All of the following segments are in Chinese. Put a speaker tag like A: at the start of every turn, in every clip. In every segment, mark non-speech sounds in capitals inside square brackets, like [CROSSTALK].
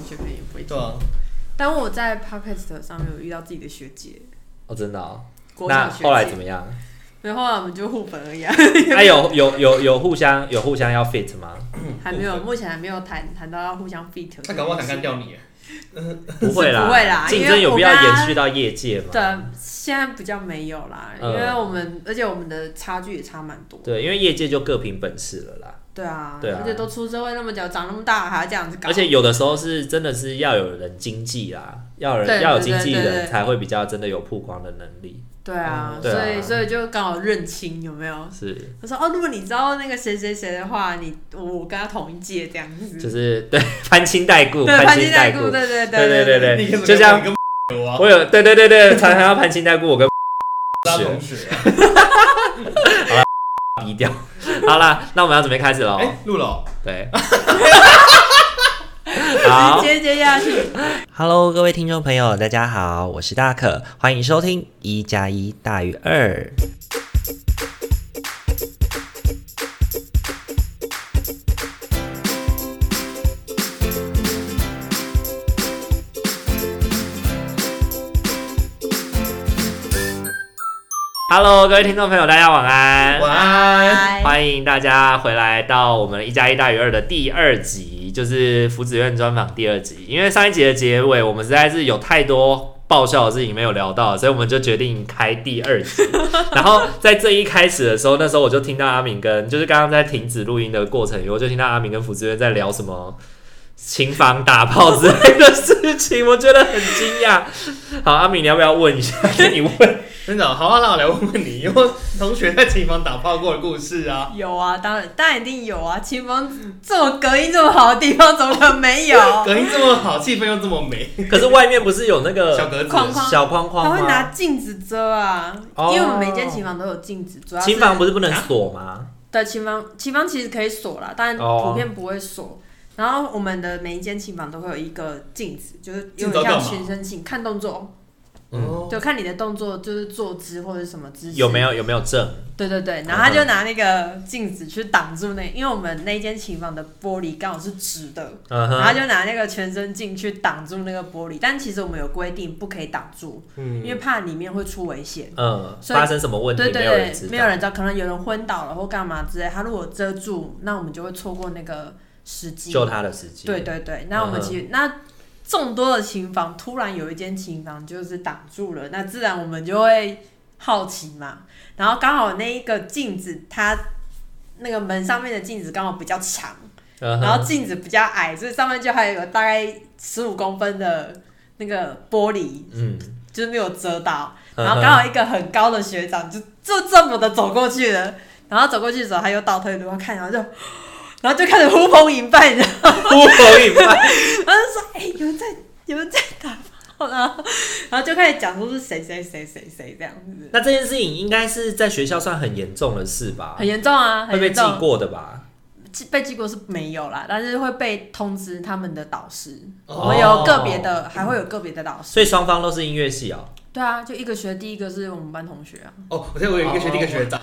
A: 已。
B: 对啊，
A: 但我在 Podcast 上面有遇到自己的学姐，
C: 哦，真的哦。
A: 国
C: 那
A: 小学姐。
C: 后来怎么样？ [LAUGHS]
A: 然后后来我们就互粉而已、啊，
C: 那、有有有有互相有互相要 fit
A: [LAUGHS]
C: 吗？
A: 还没有，目前还没有谈谈到要互相 fit 的东西。
B: 他搞不好想干掉你耶。
C: 不会啦，
A: 不会啦
C: 竞
A: 因为
C: 争有必要
A: 我跟他
C: 延续到业界吗？
A: 对，啊现在比较没有啦，因
C: 嗯
A: 为我们、而且我们的差距也差蛮多。
C: 对，因为业界就各凭本事了啦。
A: 对啊，
C: 对啊
A: 而且都出社会那么久，长那么大还要这样子搞，
C: 而且有的时候是真的是要有人经济啦，要有人
A: 对
C: 要有经纪
A: 对对对
C: 人
A: 对
C: 才会比较真的有曝光的能力。
A: 对啊，
C: 嗯对啊嗯
A: 所以所以就刚好认清有没有？
C: 是，
A: 他说哦，如果你知道那个谁谁谁的话，你我我跟他同一届这样子，
C: 就是对 [LAUGHS] 攀亲带故，
A: 对，攀
C: 亲
A: 代
C: 故
A: 故，，对对
C: 对对
A: 对
B: [LAUGHS]
C: 对
B: 你可以怎
C: 对，
B: 么
C: 就
B: 样
C: 像
B: 你跟有啊，
C: 我有对对对对，常常要攀亲带故，我跟
B: 他
C: 是
B: 同学啊。
C: 低调。好啦，那我们要准备开始喽。
B: 哎，陆老，
A: [LAUGHS]
C: 对，好
A: 直。接接下去。
C: Hello，各位听众朋友，大家好，我是大可，欢迎收听一加一大于二。Hello，各位听众朋友，大家晚安。
B: 晚
A: 拜
B: 安。 [LAUGHS]
C: 欢迎大家回来到我们一加一大于二的第二集，就是福子院专访第二集。因为上一集的结尾，我们实在是有太多爆笑的事情没有聊到，所以我们就决定开第二集。然后在这一开始的时候，那时候我就听到阿敏跟，就是刚刚在停止录音的过程里，我就听到阿敏跟福子院在聊什么。琴房打炮之类的事情，我觉得很惊讶。好，阿敏，你要不要问一下？你问
B: 真的，好啊，那我来问问你，有没有同学在琴房打炮过的故事啊？
A: 有啊，当然，当然一定有啊！秦风这么隔音这么好的地方，怎么可能没有？
B: 隔音这么好，气氛又这么美，
C: 可是外面不是有那个
B: 小格子，
A: 框框
C: 小框框
A: 他
C: 吗？
A: 会拿镜子遮啊，
C: 哦
A: 因为我们每间琴房都有镜子，主要是
C: 琴房不是不能锁吗？
A: 对琴房，琴房其实可以锁啦，但
C: 哦
A: 普遍不会锁。然后我们的每一间琴房都会有一个镜子，就是有
B: 镜子要
A: 点像
B: 干嘛
A: 全身镜，看动作，
B: 哦，
A: 就看你的动作，就是坐姿或者什么姿势
C: 有没？嗯有有没有证？
A: 对对对，然后他就拿那个镜子去挡住那，因为我们那间琴房的玻璃刚好是直的，
C: 嗯
A: 然后
C: 哼，
A: 就拿那个全身镜去挡住那个玻璃，但其实我们有规定不可以挡住，因
B: 嗯，
A: 为怕里面会出危险。
C: 嗯，
A: 所以
C: 发生什么问题
A: 对对
C: 没有人知
A: 对，
C: 道，
A: 没有人知道，可能有人昏倒了或干嘛之类。他如果遮住，那我们就会错过那个时机。
C: 救他的时机。
A: 对对对，那我
C: 嗯
A: 们其实、那众多的琴房，突然有一间琴房就是挡住了，那自然我们就会好奇嘛。然后刚好那一个镜子，它那个门上面的镜子刚好比较长。
C: 嗯
A: 然
C: 哼，
A: 后镜子比较矮，所以上面就还有大概十五公分的那个玻璃，
C: 嗯，
A: 就是没有遮到。
C: 嗯哼
A: 然后
C: [LAUGHS]
A: 刚好一个很高的学长就就这么的走过去了，然后走过去的时候他又倒退路，他看然后就，然后就开始呼朋引伴， [LAUGHS] 你知道吗
C: 呼朋引伴，
A: 然后就说：“哎、有人在，有人在打炮然后然后就开始讲说是谁谁谁谁谁这样子，
C: 那这件事情应该是在学校算很严重的事吧？
A: 很严重啊，
C: 会
A: 很
C: 被
A: 严
C: 记
A: 重。
C: 过的吧？
A: 记被记过是没有啦，但是会被通知他们的导师。我
B: 哦
A: 们有个别的，还会有个别的导师。
C: 所以双方都是音乐系哦。
A: 对啊，就一个学弟，一个是我们班同学啊。
B: 哦，我现在我有一个学弟，一个学长，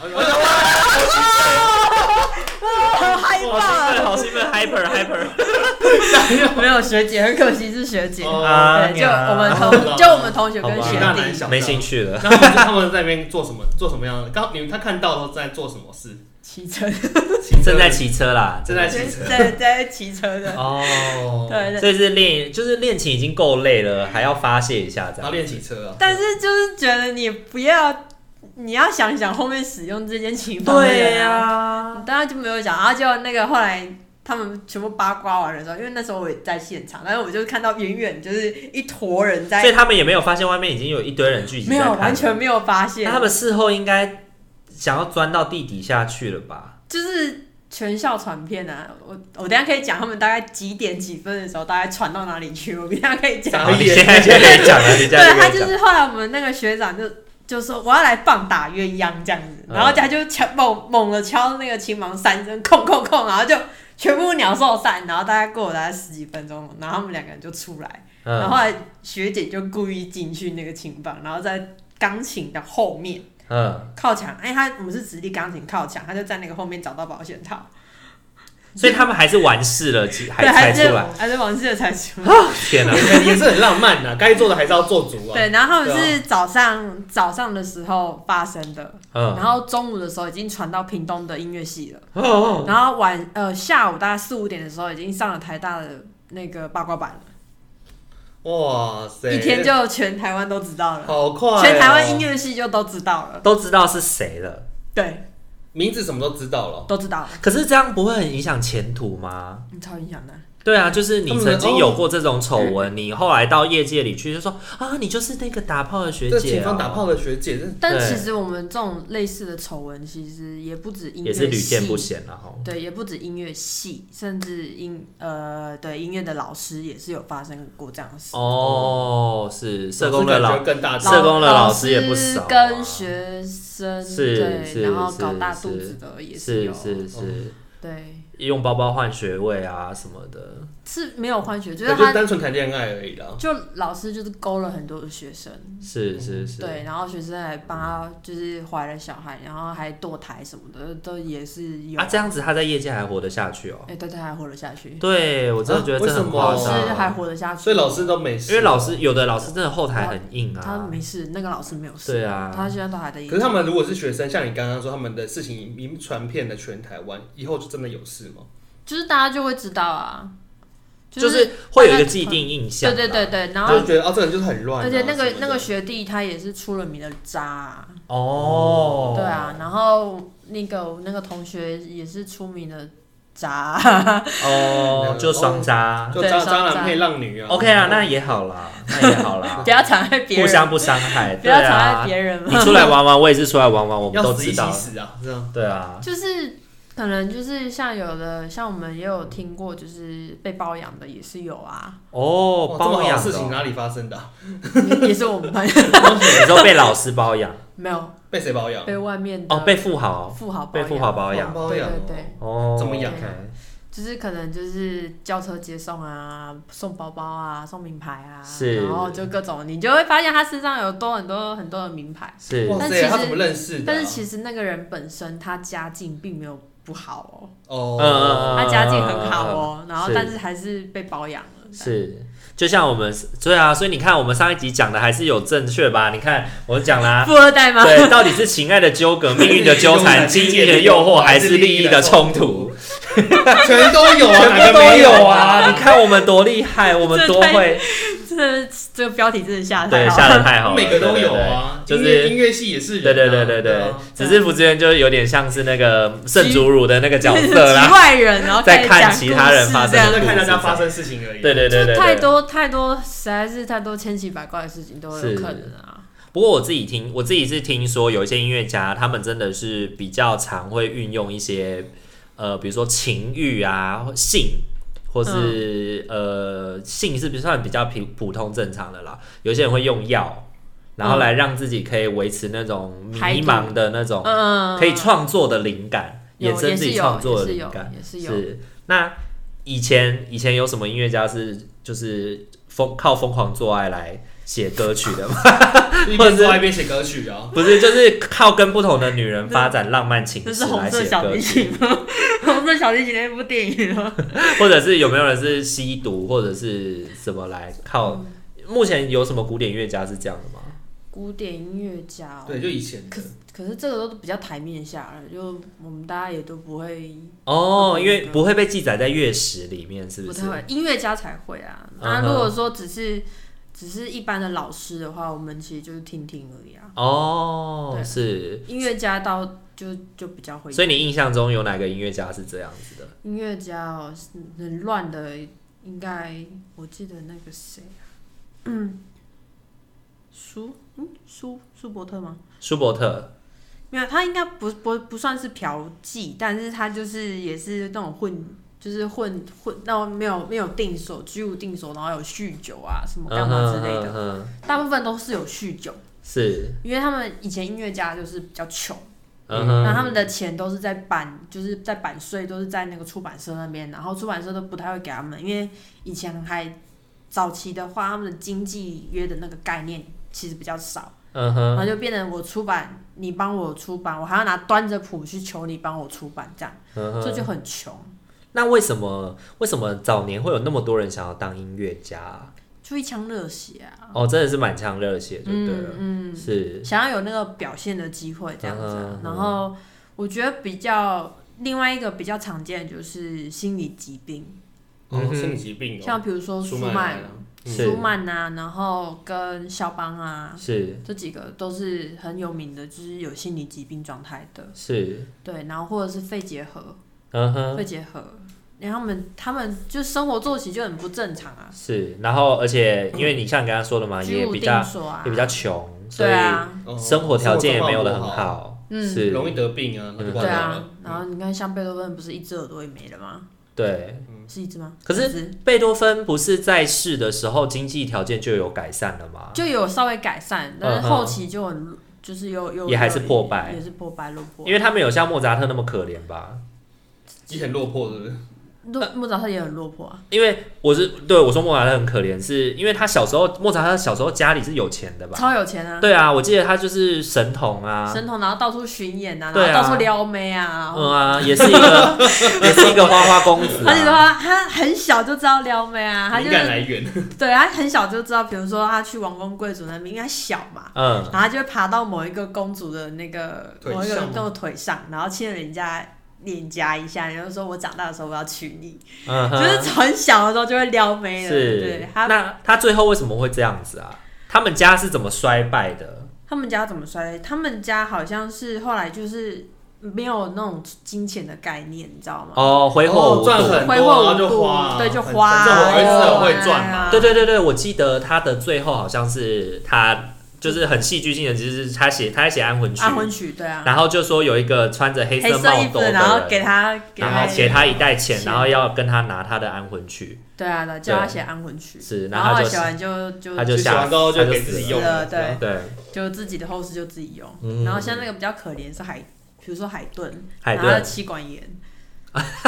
A: 好害啊
C: 哇，兴奋，好兴奋
A: [LAUGHS]
C: ，hyper hyper。
A: 没有学姐，很可惜是学姐。
B: 哦
C: 啊
A: 对，就我们
B: 啊
A: 同就我们同学跟
C: 好吧
A: 学
B: 大男
A: 弟
B: 小
C: 没兴趣了。
B: 那他们他们在那边做什么？做什么样的？刚你们他看到的时候在做什么事？
A: 骑车，
C: [LAUGHS] 正在骑车啦，
B: 正在骑车
A: 在在骑车的，
C: 哦。
A: 对对。
C: 所以是练，就是练琴已经够累了，还要发泄一下这
B: 然后
C: 样。
B: 练骑车啊。
A: 但是就是觉得你不要，你要想想后面使用这件情报。
C: 对呀，
A: 啊当然就没有讲，然后就那个后来他们全部八卦完了之后，因为那时候我也在现场，但是我就看到远远就是一坨人在
C: 所以，他们也没有发现外面已经有一堆人聚集在
A: 没
C: 看
A: 有
C: 了，
A: 完全没有发现
C: 那，他们事后应该想要钻到地底下去了吧？
A: 就是全校传片啊，我我等一下可以讲他们大概几点几分的时候，大概传到哪里去，我等一下可以讲
B: 然。
C: 好
B: 后
C: 你
B: 也
C: 现在就可以讲了，你现
A: 对
C: 在
A: 他
C: 可
A: 就
C: 以讲。
A: 是后来我们那个学长就就说我要来棒打鸳鸯这样子，
C: 嗯
A: 然后他就敲猛猛的敲那个青芒三声，空空空，然后就全部鸟兽散，然后大概过了大概十几分钟，然后他们两个人就出来，然后
C: 嗯
A: 后来学姐就故意进去那个琴房，然后在钢琴的后面。
C: 嗯，
A: 靠墙，哎、他我们是直立钢琴靠墙，他就在那个后面找到保险套，
C: 所以他们还是完事了，其还
A: 对，
C: 才
A: 还是
C: 出来。
A: 还是王室的才出来。
C: 天哪、
B: [LAUGHS] 也是很浪漫呐、该做的还是要做足啊。
A: 对，然后他们
B: 对
A: 是早上早上的时候发生的，然
C: 嗯，
A: 后中午的时候已经传到屏东的音乐系了，
B: 哦哦，
A: 然后晚呃下午大概四五点的时候已经上了台大的那个八卦版了，
B: 哇塞，
A: 一天就全台湾都知道了，
B: 好快、哦，
A: 全台湾音乐系就都知道了，
C: 都知道是谁了。
A: 对，
B: 名字什么都知道了。
A: 都知道了，
C: 可是这样不会很影响前途吗？
A: 你超影响的。
C: 对啊，就是你
B: 他们
C: 曾经有过这种丑闻，你后来到业界里去就说啊，你就是那个打炮的学
B: 这
C: 姐、
B: 前
C: 啊
B: 方打炮的学姐，这
A: 但
C: 对
A: 其实我们这种类似的丑闻，其实也不止音乐
C: 也
A: 系，
C: 是屡见不鲜了哈。
A: 对，也不止音乐系，甚至音呃，对音乐的老师也是有发生过这样的事。
C: 哦，是社工
B: 这
C: 的
B: 感觉
C: 老
B: 更大
C: 老社
B: 条。
C: 工的老师也不
A: 师
C: 少啊
A: 跟学生
C: 是
A: 对，
C: 是
A: 然后搞
C: 是
A: 大
C: 是
A: 肚子的也
C: 是
A: 有，
C: 是是，
A: 对，
C: 用包包换学位啊什么的。
A: 是没有换学，就
B: 我
A: 是
B: 就
A: 他
B: 单纯谈恋爱而已啦。
A: 就老师就是勾了很多的学生，
C: 是是是，
A: 嗯对，然后学生还帮他就是怀了小孩，然后还堕胎什么的，都也是有
C: 啊，。这样子他在业界还活得下去哦。
A: 哎，对，他还活了下去，
C: 对我真的觉得这很夸
A: 老
B: 啊
A: 师
C: 张，
A: 哦还活得下去，
B: 所以老师都没事，
C: 因为老师有的老师真的后台很硬
A: 他
C: 啊。
A: 没事，那个老师没有事。
C: 对啊
A: 他现在都还在。
B: 可是他们如果是学生，像你刚刚说，他们的事情已经传遍了全台湾，以后就真的有事吗？
A: 就是大家就会知道啊，
C: 就是是会有一个既定印象啊
A: 对
C: 啦，
A: 对对对，然
B: 就
A: 后
B: 是觉得哦，这个人就是很乱啊、
A: 而且那个
B: 什么的
A: 那个学弟他也是出了名的渣啊、
C: 哦，
A: 对啊，然后那个我那个同学也是出名的渣
C: [LAUGHS]
A: 啊、
C: 哦，就双渣
B: 就
A: 对
B: 渣
A: 双
B: 渣
A: 渣
B: 男配浪女啊。
C: ，OK 啊，那也好啦，那也好啦
B: [LAUGHS]
A: 不，要伤害别
C: 互
A: 人，
C: 相不伤害，
A: 不
C: 对
A: 要伤害
C: 啊，
A: 别人
C: 你 [LAUGHS]
A: 嘛，
C: 出来玩玩，我也是出来玩玩，我们
B: 要
C: 都
B: 死
C: 知
B: 一起
C: 道，
B: 死啊，这样。
C: 对啊，
A: 就是。可能就是像有的，像我们也有听过，就是被包养的也是有啊，
C: [LAUGHS] 哦，
B: 哇这么
C: 包
B: 好的
C: 养
B: 事情
C: [LAUGHS] 哦，
B: 哪里发生的啊、
A: 也也是我们班 [LAUGHS]
C: 你说被老师包养，
A: 没有
B: 被谁包养？
A: 被外面的
C: 哦，被富豪，
A: 富豪包
C: 被
A: 养
C: 富豪包养，
B: 包养、哦。
A: 对对对
C: 哦，
B: 怎么养啊
C: OK
A: 就是可能就是轿车接送啊，送包包啊，送名牌啊，
C: 是
A: 然后就各种，你就会发现他身上有多很多很多的名牌，
C: 是
B: 哇
A: 但
B: 塞，
A: 其
B: 他
A: 实
B: 怎么认识的啊、
A: 但是其实那个人本身他家境并没有不好
B: 哦，
A: 哦，
C: 嗯
A: 他家境很好哦，然后
C: 啊是
A: 但是还是被包养了，
C: 嗯是，就像我们对啊，所以你看我们上一集讲的还是有正确吧？你看我讲
A: [LAUGHS]
C: 啦、
A: 富二代吗？
C: 对，到底是情爱的纠葛、命运的纠缠、经济的诱惑，还是利益的冲突？
B: [LAUGHS] 全都有啊，
C: 全
B: 哪个
C: 部都
B: 没
C: 有啊！你看我们多厉害，我们多会，
A: 这这个标题真的下得
C: 对，
A: 太好
C: 下
A: 了，
C: 的太好了，
B: 每个都有啊，
C: 对对对就
B: 音乐音乐
C: 是。
B: 系也是人、
C: 对
B: 啊，
C: 对对对对
B: 啊，
C: 只是福之源就是有点像是那个圣主乳的那个角
A: 局 [LAUGHS]
C: 色啦，
A: 外人，然后
C: 在
A: 开始
C: 看
A: 讲
C: 其
A: 故
C: 他人
A: 事
C: 发生
A: 这样
B: 在看大家发生事情而已。啊
C: 对对对
A: 就
C: 对，
A: 太
C: 对。
A: 多太多，实在是太多千奇百怪的事情都有
C: 是
A: 可能啊。
C: 不过我自己听，我自己是听说有一些音乐家，他们真的是比较常会运用一些，呃，比如说情欲啊、或性，或是、
A: 嗯
C: 呃，性是不是算比较普普通正常的啦？有些人会用药，然后来让自己可以维持那种迷
A: 排毒
C: 茫的那种，
A: 嗯，
C: 可以创作的灵感，
A: 有
C: 衍生自己创作的灵感，
A: 也是嗯有也是有也
C: 是那以前以前有什么音乐家是就是疯靠疯狂做爱来写歌曲的吗？
B: 一边
C: 或者是
B: 做一边写歌曲啊。
C: [LAUGHS] 不是，就是靠跟不同的女人发展浪漫情
A: 这
C: 史
A: 是红
C: 来
A: 色
C: 写
A: 小
C: 歌
A: 提
C: [LAUGHS] 曲，
A: 琴吗？ [LAUGHS] 红色小提琴那部电影吗？
C: 或者是有没有人是吸毒，或者是什么来靠？目前有什么古典乐家是这样的吗？
A: 古典音乐家、哦，
B: 对，就以前的
A: 可可是这个都比较台面下了，就我们大家也都不会，
C: 哦，因为不会被记载在乐史里面，是
A: 不
C: 不是
A: 太？会，音乐家才会啊。
C: 嗯哼
A: 那如果说只是只是一般的老师的话，我们其实就是听听而已啊。
C: 哦，
A: 对
C: 是。
A: 音乐家到就就比较会，
C: 所以你印象中有哪个音乐家是这样子的？
A: 音乐家哦，是很乱的，应该我记得那个谁啊，嗯，舒嗯舒舒伯特吗？
C: 舒伯特
A: 没有，他应该不不不算是嫖妓，但是他就是也是那种混，就是混混，那种没有没有定所，居无定所，然后有酗酒啊什么干嘛之类的，
C: 嗯哼嗯哼
A: 大部分都是有酗酒，
C: 是，
A: 因为他们以前音乐家就是比较穷，
C: 嗯
A: 那他
C: 哼，
A: 们的钱都是在版，就是在版税都是在那个出版社那边，然后出版社都不太会给他们，因为以前还早期的话，他们的经纪约的那个概念其实比较少。
C: 嗯
A: 然后
C: 哼，
A: 就变成我出版，你帮我出版，我还要拿端着谱去求你帮我出版，这样
C: 嗯
A: 这
C: 哼，
A: 就很穷。
C: 那为什么为什么早年会有那么多人想要当音乐家啊、
A: 就一腔热血啊，
C: 哦，真的是满腔热血，就对了，
A: 嗯嗯，
C: 是
A: 想要有那个表现的机会这样子啊、
C: 嗯嗯
A: 然后我觉得比较另外一个比较常见的就是心理疾病，
C: 嗯
B: 哦，
C: 哼
B: 心理疾病哦，
A: 像比如说舒
B: 舒
A: 曼
B: 曼、啊
C: 是
A: 舒曼啊，然后跟肖邦啊。
C: 是
A: 这几个都是很有名的，就是有心理疾病状态的，
C: 是，
A: 对，然后或者是肺结核，
C: 嗯哼，
A: 肺结核，然后他们他们就生活作息就很不正常啊，
C: 是。然后而且因为你像你刚刚说的嘛，
A: 居
C: 也
A: 无
C: 比
A: 定
C: 较
A: 所啊，
C: 也比较穷，所
A: 对
C: 以
A: 啊，
B: 哦
C: 生活条件也没有的
B: 生
C: 很
B: 活状况
C: 好，
A: 嗯
B: 不好，
C: 是嗯
B: 容易得病啊，那就挂
A: 对
B: 掉
A: 啊
B: 了。，
A: 然后你看像贝多芬不是一只耳朵也没了吗？
C: 对。
A: 是一只吗？
C: 嗯可是
A: 两只
C: 贝多芬不是在世的时候经济条件就有改善了吗？
A: 就有稍微改善，但是后期就很就是有有
C: 嗯也还是破败
A: 也是破败落魄
C: 因。为他们有像莫扎特那么可怜吧？
B: 也很落魄的，
A: 莫莫扎特也很落魄啊，
C: 因为我是对我说莫扎特很可怜，是因为他小时候莫扎特小时候家里是有钱的吧？
A: 超有钱啊，
C: 对啊，我记得他就是神童啊，
A: 神童，然后到处巡演啊，
C: 对啊
A: 然后到处撩妹啊，
C: 嗯啊，也是
A: [LAUGHS]
C: 一个也是一个花花公子、
A: 而且
C: 啊。
A: 他他很小就知道撩妹啊，他就
B: 灵感
A: 是
B: 来源。
A: 对他很小就知道，比如说他去王公贵族那边，因为他小嘛，
C: 嗯，
A: 然后他就会爬到某一个公主的那个
B: 腿
A: 某一个
B: 上吗
A: 人的腿上，然后亲了人家脸颊一下，然后说我长大的时候我要娶你，
C: 嗯
A: 就
C: 哼，
A: 是很小的时候就会撩妹了。
C: 是
A: 对，他
C: 那他最后为什么会这样子啊？他们家是怎么衰败的？
A: 他们家怎么衰？他们家好像是后来就是没有那种金钱的概念，你知道吗？
C: 哦，挥霍
B: 哦
C: 无
B: 赚
C: 度
B: 很多，
A: 挥霍无
B: 然后就
A: 度
B: 花啊，
A: 对就
B: 很
A: 花啊
B: 这我儿子很
A: 对啊
B: 会赚嘛，
C: 对对对对，我记得他的最后好像是他就是很戏剧性的，就是他写他在写安魂曲，
A: 按婚娶，对啊，
C: 然后就说有一个穿着黑
A: 黑
C: 色
A: 色
C: 帽
A: 衣服，
C: 兜的人，
A: 然后给他给
C: 然
A: 他
C: 后给他一袋钱，
A: 钱
C: 然后要跟他拿他的安魂曲，
A: 对啊，对，叫他写安魂曲，
C: 是
A: 然
C: 然后他就
A: 写完就就
C: 他
B: 就
C: 就
B: 写完
C: 下
B: 之后就
C: 他就
B: 给
C: 死
B: 自己
C: 了
B: 用
A: 啊了对
B: 对
C: 对，
A: 就自己的后事就自己用。
C: 嗯
A: 然后像那个比较可怜是海，比如说海顿，
C: 海
A: 然后他
C: 顿
A: 妻管
C: [LAUGHS]
A: 严，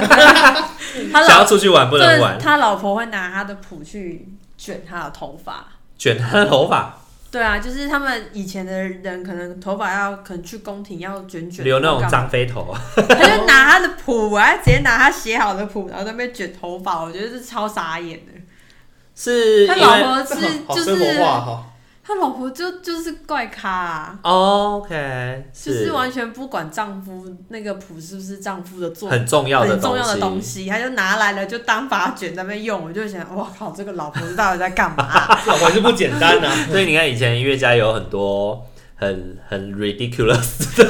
A: 他
C: 想
A: 老
C: 要出去玩不能玩，
A: 他老婆会拿他的谱去卷他的头发。
C: 卷他的头发，
A: 对啊，就是他们以前的人可能头发要可能去宫廷要卷卷，
C: 留那种
A: 干嘛，
C: 张飞头，
A: 他就拿他的谱，啊，直接拿他写好的谱，然后在那边卷头发，我觉得是超傻眼的。
C: 是
A: 他
C: 因
A: 老
C: 为
A: 婆
C: [LAUGHS]
B: 这
A: 是
B: 好好
A: 就
B: 生活
A: 是
B: 化哈，
A: 他老婆就就是怪咖、啊，
C: 哦 OK
A: 就是完全不管丈夫那个谱是不是丈夫的作
C: 很重要的
A: 很重要的
C: 东
A: 东
C: 西，
A: 西，他就拿来了就当发卷在那边用，我就想哇靠，这个老婆到底在干嘛、 [LAUGHS] 啊？
B: 这还是不简单呐。 [LAUGHS]
C: 所以你看以前音乐家有很多很很 ridiculous，
B: [LAUGHS]
A: 就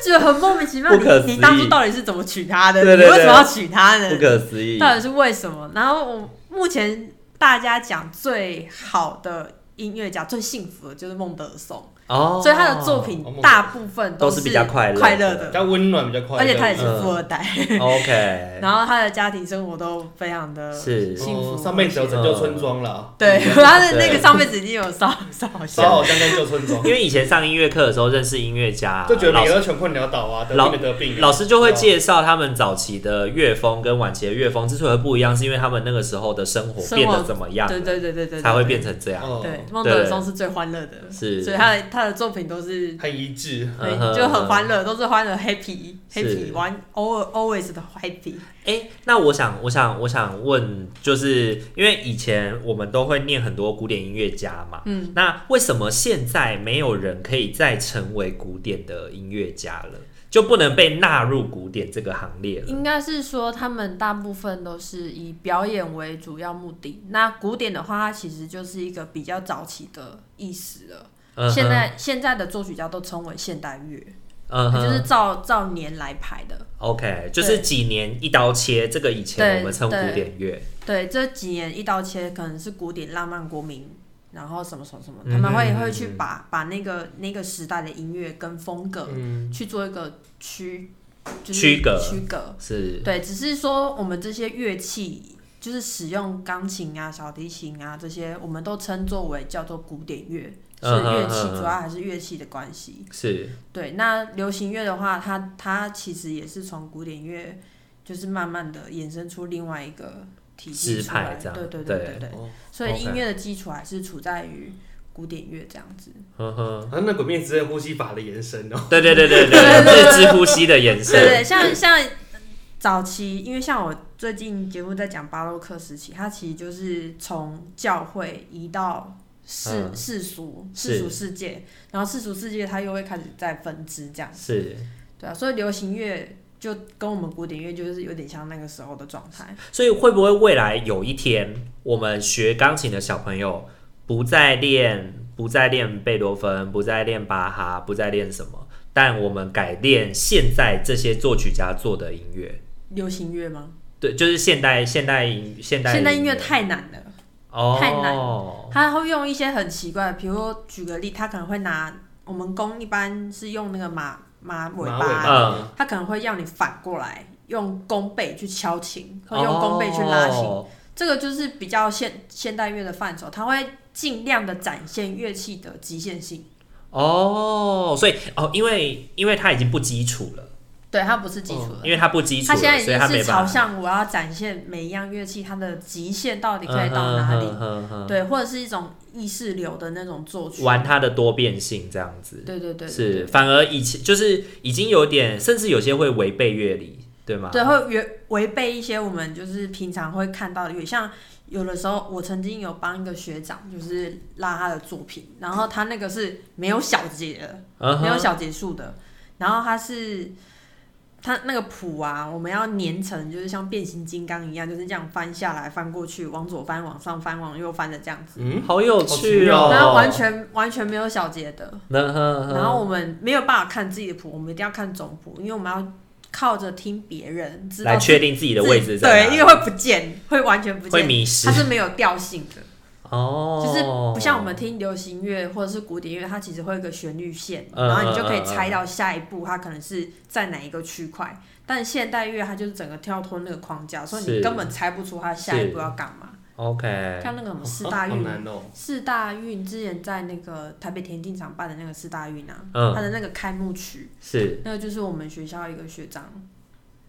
A: 觉得很莫名其妙，
C: 不可思
A: 你
C: 议
A: 你当初到底是怎么娶她的？
C: 对对对
A: 你为什么要娶她呢？
C: 不可思议，
A: 到底是为什么？然后我目前大家讲最好的音乐家、最幸福的就是孟德尔颂，
C: 哦，
A: 所以他的作品
B: 哦孟德尔
A: 大部分
C: 都
A: 是
C: 是比较快乐的
A: 快乐的，
B: 比较温暖，比较快乐，
A: 而且他也是富二代，
B: [LAUGHS]
C: OK
A: 然后他的家庭生活都非常的
C: 是
A: 幸福
B: 哦上辈子有拯救村庄了，
A: 对，他的那个上辈子已经有烧烧好
B: 烧
A: 像，
B: 好香跟救村庄，
C: 因为以前上音乐课的时候认识音乐家，
B: 就觉得
C: 老
B: 每
C: 师
B: 个都穷困潦倒啊，得
C: 老
B: 病的得病啊，
C: 老师就会介绍他们早期的乐风跟晚期的乐风之所以会不一样，是因为他们那个时候的生活
A: 生活
C: 变得怎么样，
A: 对对对对对，
C: 才会变成这样。
B: 哦，
A: 对。孟德尔颂是最欢乐的，
C: 是
A: 所以他的他的作品都是。
B: 很一致。
A: 对
C: 嗯，哼
A: 就很欢乐，都是欢乐，happy
C: 是
A: happy，玩 always always 的 happy。
C: 哎、那我想，我想，我想问，就是因为以前我们都会念很多古典音乐家嘛，
A: 嗯，
C: 那为什么现在没有人可以再成为古典的音乐家了，就不能被纳入古典这个行列了？
A: 应该是说他们大部分都是以表演为主要目的。那古典的话，它其实就是一个比较早期的意识了。
C: 嗯哼
A: 现，在现在的作曲家都称为现代乐，
C: 嗯
A: 它
C: 哼，
A: 就是照照年来排的。
C: OK，就是几年一刀切，这个以前
A: 对
C: 我们称古典乐，
A: 对，这几年一刀切，可能是古典、浪漫、国民，然后什么什么什么，
C: 嗯
A: 他们会
C: 嗯
A: 会去把把那个那个时代的音乐跟风格
B: 嗯，
A: 去做一个区，就是
C: 区隔
A: 区隔。
C: 是
A: 对，只是说我们这些乐器，就是使用钢琴啊、小提琴啊这些，我们都称作为叫做古典乐，所以
C: 嗯嗯
A: 乐器
C: 嗯嗯
A: 主要还是乐器的关系。
C: 是
A: 对，那流行乐的话，它它其实也是从古典乐，就是慢慢的衍生出另外一个体系
C: 支
A: 出来
C: 派这样
A: 对对对
C: 对
A: 对对，
B: 哦
A: 所以
C: OK
A: 音乐的基础还是处在于古典乐这样子。
C: 呵呵，
B: 啊，那鬼灭之刃呼吸法的延伸哦，
C: 对对对对对，日之呼吸的延
A: 对
C: 伸，
A: 对，像像早期，因为像我最近节目在讲巴洛克时期，它其实就是从教会移到世、
C: 嗯
A: 世俗
C: 是
A: 世俗世界，然后世俗世界它又会开始在分支这样，
C: 是，
A: 对啊，所以流行乐就跟我们古典乐就是有点像那个时候的状态。
C: 所以会不会未来有一天，我们学钢琴的小朋友不再练，不再练贝多芬，不再练巴哈，不再练什么，但我们改练现在这些作曲家做的音乐？
A: 流行乐吗？
C: 对，就是现代现代音现代
A: 现代音乐太难了，
C: 哦
A: 太难他会用一些很奇怪的，比如说举个例，他可能会拿我们弓一般是用那个马马尾
B: 马
A: 巴，
B: 尾
C: 嗯
B: 巴，
A: 他可能会要你反过来用弓背去敲琴，或用弓背去拉琴，
C: 哦
A: 这个就是比较现现代乐的范畴，他会尽量的展现乐器的极限性。
C: 哦，所以哦，因为因为它已经不基础了，
A: 对，它不是基础的，
C: 因为它不基础
A: 它
C: 了，
A: 现在已
C: 所以
A: 经
C: 它没
A: 是朝
C: 办法。
A: 向我要展现每一样乐器它的极限到底可以到哪里，
C: 嗯哼哼哼
A: 对，或者是一种意识流的那种作曲。
C: 玩它的多变性这样子。
A: 对对对，
C: 是，反而以前就是已经有点，甚至有些会违背乐理，对吗？
A: 对，会违违背一些我们就是平常会看到的乐，像有的时候我曾经有帮一个学长，就是拉他的作品，然后他那个是没有小节的，
C: 嗯
A: 没有
C: 哼，
A: 小节数的，然后他是他那个谱啊，我们要粘成就是像变形金刚一样，就是这样翻下来翻过去，往左翻往上翻往右翻的这样子，
B: 嗯，
C: 好有趣哦、
A: 然后完，全完全没有小节的，
C: 嗯哼
A: 然后我们没有办法看自己的谱，我们一定要看总谱，因为我们要靠着听别人知道
C: 来
A: 自己
C: 确定自己的位置在
A: 对，
C: 哪
A: 因为会不见，会完全不
C: 会
A: 见，
C: 迷失
A: 它是没有调性的，
C: 哦，
A: 就是不像我们听流行乐或者是古典乐，它其实会有一个旋律线，
C: 嗯
A: 然后你就可以猜到下一步它可能是在哪一个区块。但现代乐它就是整个跳脱那个框架，所以
C: 是哎
A: 你根本猜不出它下一步要干嘛。
C: OK，
A: 像那个什么四
B: 好
A: 大
B: 好
A: 运，
B: 难哦。
A: 四大运之前在那个台北田径场办的那个四大运啊，
C: 嗯
A: 它的那个开幕曲，
C: 是
A: 那个就是我们学校一个学长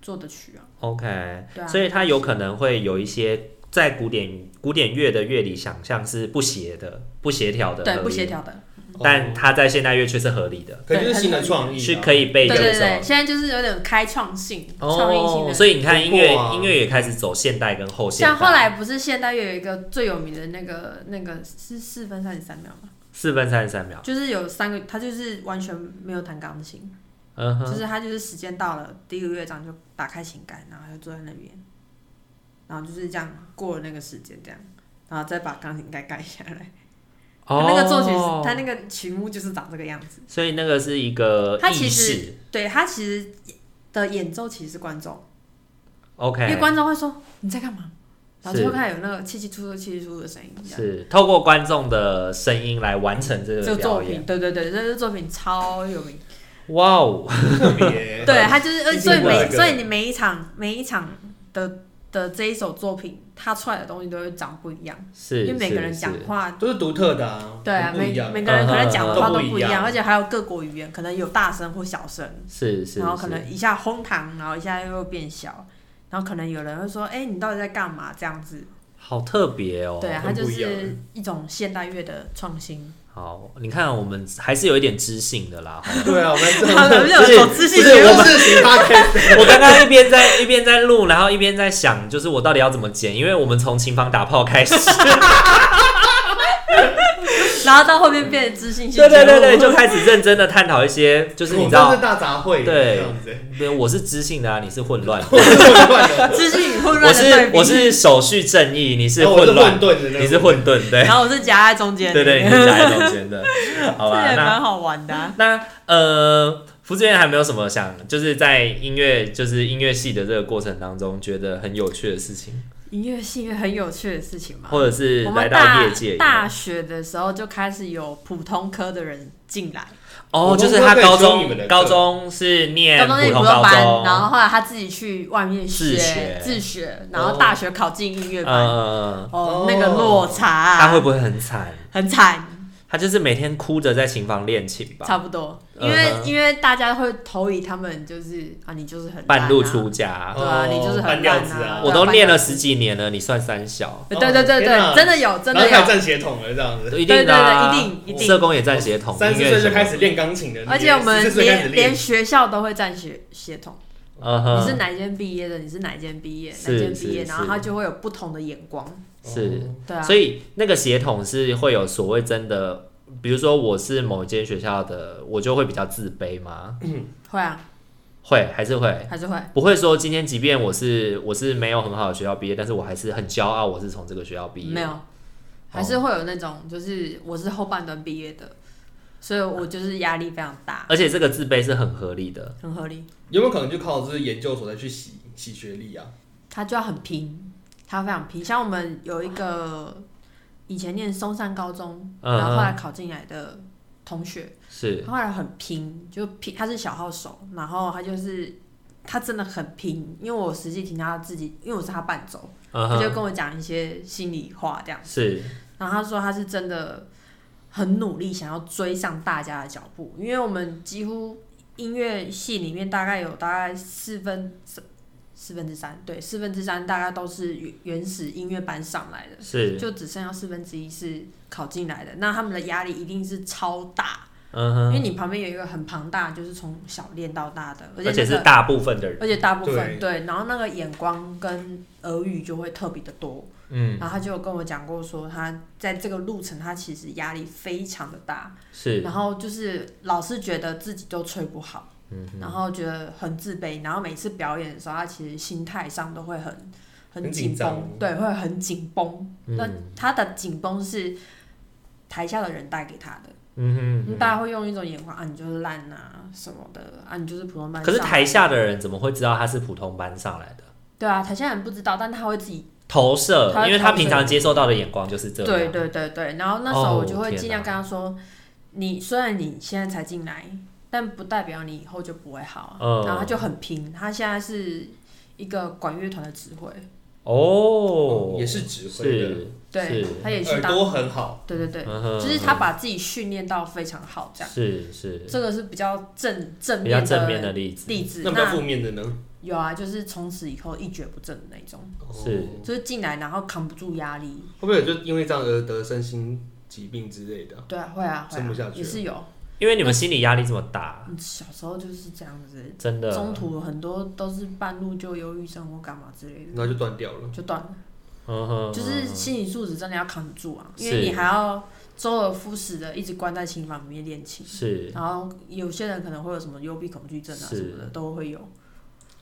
A: 做的曲啊，
C: OK，
A: 对啊，
C: 所以它有可能会有一些在古典古典乐的乐理想象是不协的、不协调的，
A: 对
C: 合
A: 不
C: 理
A: 协，调的。
C: 但它在现代乐却是合理的，
B: 可能就是新的创意啊，
C: 是可以被接
A: 对对
C: 受。
A: 对，现在就是有点开创性、创、意性
C: 哦
A: 的。，
C: 所以你看音乐、
B: 突破啊
C: 音乐也开始走现代跟后现代。
A: 像后来不是现代乐有一个最有名的那个那个是四分三十三秒嘛，
C: 四分三十三秒，
A: 就是有三个，他就是完全没有弹钢琴，
C: 嗯
A: 就
C: 哼，
A: 是他就是时间到了，第一个乐章就打开琴杆，然后就坐在那边，然后就是这样过了那个时间这样。然后再把钢琴盖盖下来，他那个作曲，他那个曲目就是长这个样子。
C: 哦所以那个是一个
A: 它
C: 意
A: 其实
C: 识
A: 对他其实的演奏其实是观众。因为
C: ，OK，
A: 观众会说你在干嘛，然后
C: 是
A: 就会看有那个气气出出气气出出的声音，这样
C: 是透过观众的声音来完成这
A: 这
C: 个
A: 个作
C: 表演，
A: 品，对对对，这个作品超有名，
C: 哇哦，
B: 特别。
A: 对，他就是呃
B: 一定
A: 所以
B: 会有
A: 每
B: 一个
A: 所以你每一场每一场的的这一首作品，它出来的东西都会长不一样，
C: 是，
A: 因为每个人
C: 是
A: 讲
C: 是
A: 话。
B: 都是独特的啊，
A: 对啊，
B: 都不
A: 每
B: 一样
A: 每个人可能讲的话
B: 嗯嗯嗯
A: 都
B: 都
A: 不
B: 不
A: 一
B: 一样
A: 样，而且还有各国语言，可能有大声或小声，
C: 是是，
A: 然后可
C: 是
A: 能一下哄堂，然后一下又变小，然后可能有人会说：“哎，你到底在干嘛？”这样子，
C: 好特别哦，
A: 对啊，它
B: 很
A: 就
B: 不一样
A: 是一种现代乐的创新。
C: 好，你看我们还是有一点知性的啦。
B: 对啊，我们这
A: 好了，
C: 不
A: 有
C: 是
A: 走自
B: 不
A: 信
B: 是
A: 节目
B: 我们是行他可以
C: 我刚刚一边在一边在录，然后一边在想，就是我到底要怎么剪，因为我们从琴房打炮开
A: [LAUGHS]
C: 始，
A: 然后到后面变得自信心。
C: 对对对对，就开始认真的探讨一
A: [LAUGHS]
C: 些，就是你知
B: 我
C: 道
B: 们是，大杂烩，
C: 对
B: 这样子。
C: 对，我是知性的啊，你是混乱的。
A: 自信与混
C: 我
A: 乱的对
C: 是
A: 比。
C: 我是手续正义，你是
B: 然后哦我是
C: 混乱
B: 混，沌的那个，
C: 你是混沌，对
A: 然后我是夹在中间。
C: 哎
A: [LAUGHS]
C: 对对，你是夹在中间的，好
A: 这
C: 吧？
A: 也
C: 那
A: 蛮好玩的
C: [LAUGHS]
A: 啊。
C: 那呃，福志源还没有什么想，就是在音乐就是音乐系的这个过程当中，觉得很有趣的事情，
A: 音乐系很有趣的事情嘛。
C: 或者是
A: 我
C: 来
A: 们
C: 到
A: 大
C: 业界以
A: 大
C: 后
A: 学的时候就开始有普通科的人进来，
C: 哦，
B: 我
C: 就是
B: 们
C: 他
B: 会
C: 高
B: 修你们的课
C: 中高中是念
A: 高
C: 哎普
A: 中那
C: 通
A: 普
C: 高
A: 通班，然
C: 中，
A: 后后来他自己去外面
C: 自学哦
A: 学自学，然后大学考进音乐班。
C: 呃，
A: 哦，那个落差啊，
C: 哦他会不会很惨？
A: 很惨？
C: 他就是每天哭着在琴房练琴吧，
A: 差不多，因为
C: 嗯哼
A: 因为大家会投以他们就是啊，你就是很烂
C: 半路
A: 啊
C: 出家。
A: 对啊，
B: 哦
A: 你就是很
B: 半吊
A: 烂
B: 子啊
C: 我都练了十几年了，你算三小，
A: 对对对
B: 哦天
A: 对，
B: 哪
A: 真的有，真
B: 然
A: 的
B: 后开
A: 有
B: 始，站协同了，这样子。
C: 一定的啊、
A: 对对对一定一定
C: 社工也占协同，
B: 三
C: 音
B: 十
C: 乐
B: 岁
C: 什
B: 就
C: 么
B: 开始练钢琴的，
A: 而且我
B: 四
A: 们
B: 十岁开始
A: 连连
B: 练，
A: 学校都会站协协同，
C: 嗯
A: 你是
C: 哼，
A: 哪一间毕业的，你是哪一间毕业，哪
C: 是
A: 一间毕业，
C: 是
A: 然后
C: 是
A: 他就会有不同的眼光，
C: 是
B: 哦
A: 对啊，
C: 所以那个协同是会有所谓真的，比如说我是某一间学校的，我就会比较自卑吗？
A: 会啊，
C: 会还是会？
A: 还是会，
C: 不会说今天即便我是我是没有很好的学校毕业，但是我还是很骄傲我是从这个学校毕业。哦
A: 没有，啊还是会有那种就是我是后半段毕业的，所以我就是压力非常大，
C: 而且这个自卑是很合理的。
A: 很合理。
B: 有没有可能就靠就是研究所再去洗洗学历啊？
A: 他就要很拼，他非常拼。像我们有一个以前念松山高中，
C: 嗯
A: 然后后来考进来的同学，
C: 是
A: 他后来很拼，就拼，他是小号手，然后他就是。他真的很拼，因为我实际听他自己，因为我是他伴奏，
C: 嗯
A: 他就
C: 哼，
A: 跟我讲一些心里话这样。
C: 是
A: 然后他说他是真的很努力，想要追上大家的脚步，因为我们几乎音乐系里面大概有大概四分四四分之三，对，四分之三大概都是原原始音乐班上来的，
C: 是，
A: 就只剩下四分之一是考进来的，那他们的压力一定是超大，
C: 嗯
A: 因为
C: 哼，
A: 你旁边有一个很庞大，就是从小练到大的，而且、
C: 而
A: 那
C: 且是
A: 个
C: 大部分的人，
A: 而且大部分对，然后那个眼光跟俄语就会特别的多，
C: 嗯，
A: 然后他就有跟我讲过说，他在这个路程他其实压力非常的大，
C: 是
A: 然后就是老是觉得自己都吹不好，
C: 嗯
A: 然后觉得很自卑，然后每次表演的时候，他其实心态上都会很
B: 很紧
A: 紧
B: 张
A: 绷，对，会很紧绷。那、
C: 嗯
A: 他的紧绷是台下的人带给他的，
C: 嗯哼。
A: 大家会用一种眼光啊，你就是烂啊什么的啊，你就是普通班。
C: 可是台下的人怎么会知道他是普通班上来的？
A: 对啊，台下人不知道，但他会自己
C: 投射
A: 他，
C: 因为他
A: 投射
C: 平常接受到的眼光就是这样。
A: 对对对对，然后那时候
C: 哦
A: 我就会
C: 天
A: 尽量
C: 哪
A: 跟他说，你虽然你现在才进来，但不代表你以后就不会好啊。
C: 嗯
A: 然后他就很拼，他现在是一个管乐团的指挥，
C: 哦，
B: 也是指挥的
C: 是，
A: 对
C: 是，
A: 他也去
B: 耳
A: 当，
B: 朵很好，
A: 对对对，
C: 嗯哼
A: 就是他把自己训练到非常好，这样
C: 是是
A: 这个是比较正正
C: 比较
A: 面的
C: 正面的例子，
A: 例子。
B: 那比较负面的呢？
A: 有啊，就是从此以后一蹶不振的那种，
C: 是
B: 哦
A: 就是进来然后扛不住压力，
B: 会不会有就因为这样而得身心疾病之类的啊？
A: 对啊，会啊，会
B: 撑不下
A: 啊，
B: 去
A: 也
B: 了
A: 是有。
C: 因为你们心理压力这么大，
A: 嗯小时候就是这样子，
C: 真的
A: 中途很多都是半路就忧郁症或干嘛之类的，
B: 然后就断掉了。
A: 就断了。
C: 嗯哼，
A: 就是心理素质真的要扛得住啊，因
C: 是
A: 为你还要周而复始的一直关在琴房里面练琴，
C: 是
A: 然后有些人可能会有什么幽闭恐惧症啊
C: 是哦
A: 什么的都会有。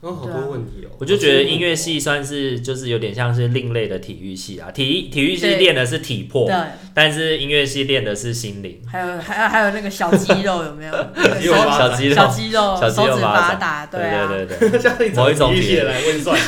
B: 然后好
A: 对啊
B: 多问题哦。
C: 我就觉得
B: [LAUGHS]
C: 音乐系算是就是有点像是另类的体育系啊，体体育系
A: 对
C: 练的是体魄，
A: 对，
C: 但是音乐系练的是心灵，
A: 还有还有还有那个小肌肉有没有？那个
B: 肌肉
A: 手
B: 发
C: [LAUGHS] 小肌肉，
A: 小肌肉，
C: 小肌
A: 手
C: 肉
A: 指
C: 发
A: 发
C: 展
A: 达，
C: 对
A: 啊。
C: 对对对，
B: 像
C: 某一种
B: 体
C: 别
B: 系
C: 的
B: 来
A: [LAUGHS]
B: 问算，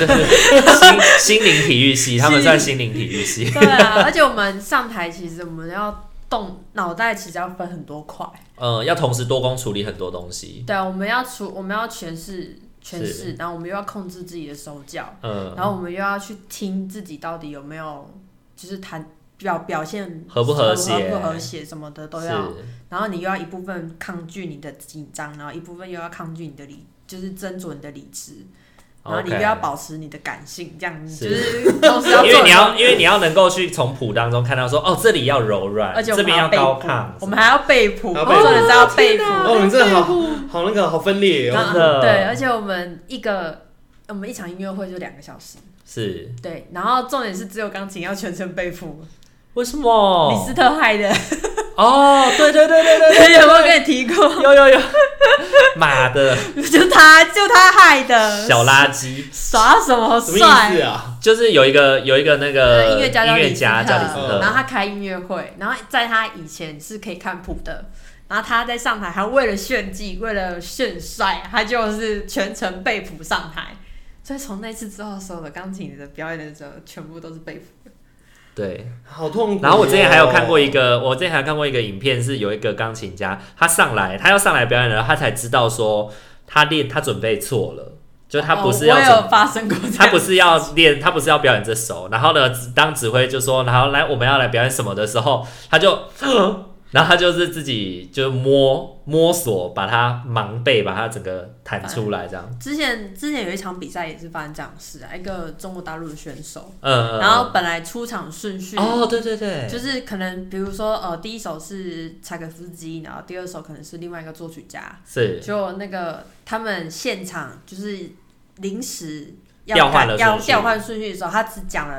C: [LAUGHS] 心心灵体育系，他们算心灵体育系，
A: 对啊，而且我们上台其实我们要动脑袋，其实要分很多块。
C: 嗯，要同时多工处理很多东西，
A: 对啊，我们要处，我们要诠释诠
C: 是
A: 释，然后我们又要控制自己的手脚，
C: 嗯，
A: 然后我们又要去听自己到底有没有，就是谈表表现
C: 合不
A: 合
C: 和谐
A: 合不和谐什么的都要。
C: 是
A: 然后你又要一部分抗拒你的紧张，然后一部分又要抗拒你的理，就是斟酌你的理智，然后你又
C: OK
A: 要保持你的感性，这样子
C: 是
A: 就是 [LAUGHS] 都是要做。
C: 因为你要，因为你要能够去从谱当中看到说，哦，这里要柔软，
A: 而且我
C: 这
A: 们
C: 边
A: 还
C: 要
A: 要背
C: 高
A: 谱
C: 亢，，
A: 我们还要背谱，
B: 还要
A: 真
B: 背
A: 的
B: 谱
A: 是要背谱。
B: 哦，你真的好好那个好分裂哦。
A: 然后
C: 真的
A: 对，而且我们一个我们一场音乐会就两个小时，
C: 是
A: 对，然后重点是只有钢琴要全程背谱，
C: 为什么？
A: 李斯特害的，
C: 哦，对对对对 [LAUGHS] 对
A: 有没有跟你提过？
C: 对，有有 [LAUGHS] 有，妈的
A: [LAUGHS] 就他，就他害的，
C: 小垃圾，
A: 耍什么
B: 什么意
A: 帅呃
B: 思？啊？
C: 就是有一个有一个那个
A: 音乐家
C: 呃音
A: 叫
C: 乐
A: 李斯
C: 家叫李斯
A: 特，嗯然后
C: 特，
A: 他开音乐会，然后在他以前是可以看谱的，然后他在上台还为了炫技，为了炫帅，他就是全程背谱上台。所以从那次之后，所有的钢琴的表演的时候，全部都是背谱。
C: 对。
B: 好痛苦哦。
C: 然后我之前还有看过一
A: 嗯
C: 个，我之前还看过一个影片，是有一个钢琴家，他上来，他要上来表演了，他才知道说他练他准备错了，就他不是要
A: 哦、
C: 准
A: 我有发生过 [LAUGHS] 这样，
C: 他不是要练，他不是要表演这首，然后呢，指当指挥就说，然后来我们要来表演什么的时候，他就， [GASPS] 然后他就是自己就摸摸索，把它盲背，把它整个弹出来这样，
A: 之前之前有一场比赛也是发生这样的事啊，一个中国大陆的选手，
C: 嗯，嗯
A: 然后本来出场顺序
C: 哦，对对对，
A: 就是可能比如说呃第一首是柴可夫斯基，然后第二首可能是另外一个作曲家，
C: 是
A: 就那个他们现场就是临时
C: 调
A: 要
C: 换
A: 改
C: 了
A: 要
C: 顺序
A: 调换顺序的时候，他只讲了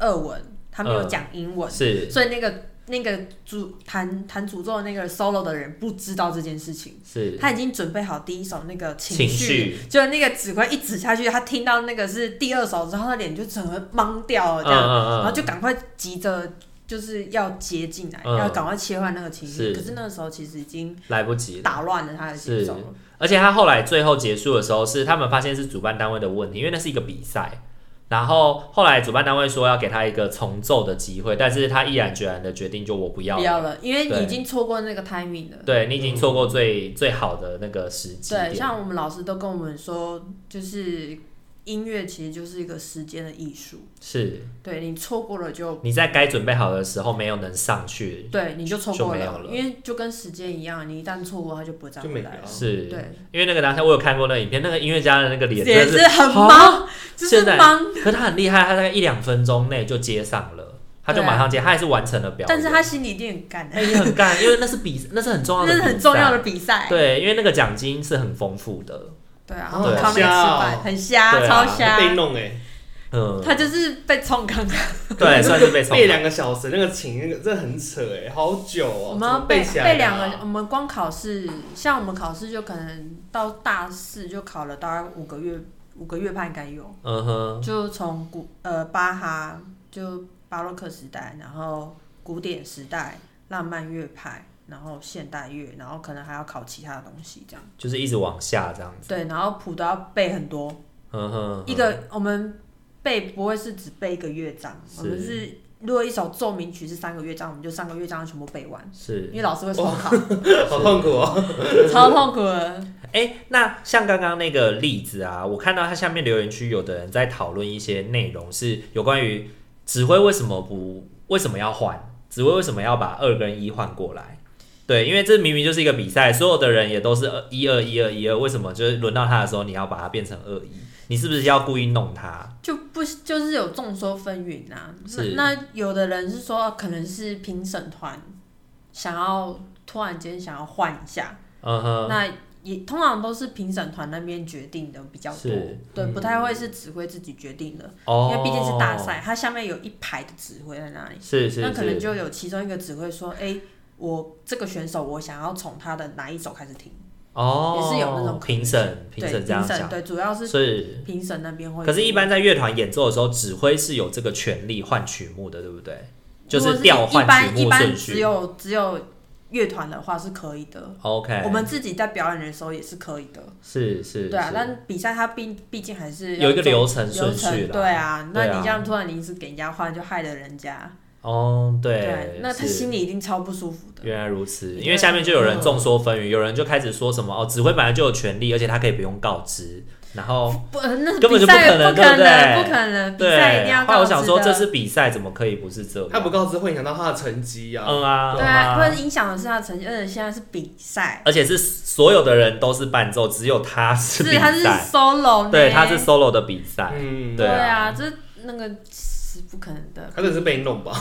A: 俄文，他没有
C: 嗯
A: 讲英文，
C: 是
A: 所以那个那个主弹弹诅咒的那个 solo 的人不知道这件事情，
C: 是
A: 他已经准备好第一首那个
C: 情
A: 绪
C: 绪，
A: 就那个指挥一指下去，他听到那个是第二首之后，他的脸就整个懵掉了，
C: 嗯
A: 这样，
C: 嗯
A: 然后
C: 嗯，
A: 就赶快急着就是要接进来，
C: 嗯
A: 要赶快切换那个情绪。
C: 是
A: 可是那个时候其实已经
C: 来不及了。
A: 打乱了他的节奏了。
C: 而且他后来最后结束的时候，是他们发现是主办单位的问题，因为那是一个比赛。然后后来主办单位说要给他一个重奏的机会，但是他毅然决然的决定就我不要
A: 不
C: 了。
A: 要了，因为
C: 对
A: 你已经错过那个 timing 了。
C: 对你已经错过最、最好的那个时
A: 嗯
C: 机
A: 对，
C: 点。
A: 像我们老师都跟我们说，就是音乐其实就是一个时间的艺术，
C: 是
A: 对你错过了就
C: 你在该准备好的时候没有能上去，
A: 对你就错
C: 就
A: 过
C: 没有了
A: 因为就跟时间一样，你一旦错过它就不会再
B: 就
A: 回
B: 没
A: 来
B: 了
A: 了。
C: 是
A: 哦对，
C: 因为那个当下我有看过那个影片，那个音乐家的那个脸真
A: 也
C: 的是，
A: 是很
C: 啊
A: 忙，就
C: 现
A: 是
C: 在
A: 忙。
C: 可是他很厉害，他大概一两分钟内就接上了，他就
A: 对啊
C: 马上接，他还是完成了哎表演。
A: 但是
C: [LAUGHS]
A: 他心里一定很干
C: 他，已经很干，因为那是比那是很重要
A: 这
C: 的，
A: 是很重要的。比赛。
C: 对，因为那个奖金是很丰富的，
A: 对啊，
B: 哦
A: 然后
C: 对
A: 康妹吃
B: 瞎
A: 饭
B: 哦
A: 很瞎，
C: 对啊
A: 超
B: 被
A: 瞎。
B: 弄哎，
C: 嗯，
A: 他就是被冲康，[LAUGHS]
C: 哦对算是被冲
B: 背两个小时，那个琴那个真的很扯哎，好久哦，
A: 我
B: 怎
A: 们
B: 么
A: 要背
B: 起来的啊
A: 背两个，我们光考试，像我们考试就可能到大四就考了大概五个月，五个月半应该有，
C: 嗯哼，
A: 就从古呃巴哈就巴洛克时代，然后古典时代、浪漫乐派，然后现代乐，然后可能还要考其他的东西这样。
C: 就是一直往下这样子，
A: 对，然后谱都要背很多，
C: 嗯哼，
A: 一个我们背不会是只背一个乐章，我们
C: 是
A: 是如果一首奏鸣曲是三个乐章，我们就三个乐章全部背完，
C: 是
A: 因为老师会
C: [LAUGHS]
A: 重考，
B: 好痛苦哦，
A: 超痛苦的。
C: 哎、那像刚刚那个例子啊，我看到它下面留言区有的人在讨论一些内容，是有关于指挥为什么不为什么要换，指挥为什么要把二跟一换过来？对，因为这明明就是一个比赛，所有的人也都是二一二一二一二，为什么就是轮到他的时候你要把它变成二一？你是不是要故意弄他？
A: 就不就是有众说纷纭啊。
C: 是
A: 那那有的人是说，可能是评审团想要突然间想要换一下，
C: 嗯哼，
A: 那也通常都是评审团那边决定的比较多
C: 是，
A: 对，
B: 嗯
A: 不太会是指挥自己决定的，
C: 哦，
A: 因为毕竟是大，赛，它下面有一排的指挥在那里，
C: 是是
A: 那可能
C: 是，
A: 就有其中一个指挥说，哎、我这个选手，我想要从他的哪一首开始听？
C: 哦，
A: 也是有那种可能
C: 评审评
A: 对，
C: 审这
A: 评
C: 样
A: 审
C: 想，
A: 对，主要是
C: 是
A: 评审那边会。
C: 可是，一般在乐团演奏的时候，指挥是有这个权利换曲目的，对不对？就
A: 如果
C: 是
A: 是
C: 调
A: 一
C: 换
A: 般
C: 曲
A: 一
C: 目
A: 般
C: 顺
A: 只
C: 序。
A: 有只有乐团的话是可以的，
C: OK，
A: 我们自己在表演的时候也是可以的。
C: 是是，
A: 对啊
C: 是，
A: 但比赛它毕毕竟还是要
C: 有一个
A: 走
C: 流程
A: 流
C: 顺序
A: 程，
C: 啦
A: 对啊。那
C: 对啊
A: 你这样突然临时给人家换，就害了人家，
C: 哦，
A: 对啊，那他
C: 是
A: 心里一定超不舒服的。
C: 原来如此，
A: 对
C: 因为下面就有人众说纷纭，有人就开始说什么哦，指挥本来就有权利，而且他可以不用告知，然后
A: 不，那是
C: 根本
A: 比
C: 就不
A: 赛
C: 可能
A: 不
C: 对不
A: 可
C: 对
A: 能，不可能，比赛一定
C: 对，
A: 要
C: 后来
A: 告
C: 我
A: 知的。
C: 想说这是比赛，怎么可以不是这样？
B: 他不告知会影响到他的成绩啊，
C: 嗯啊，
A: 对
C: 嗯
A: 啊，会影响的是他的成绩，而且现在是比赛，
C: 而且是所有的人都是伴奏，只有他是比
A: 是他是
C: 赛，
A: solo，呢
C: 对，他是 solo 的比赛，
B: 嗯，
C: 对
A: 对
C: 啊
A: 啊，这那个是不可能的。
B: 他真的是被弄
C: [LAUGHS]
B: 吧，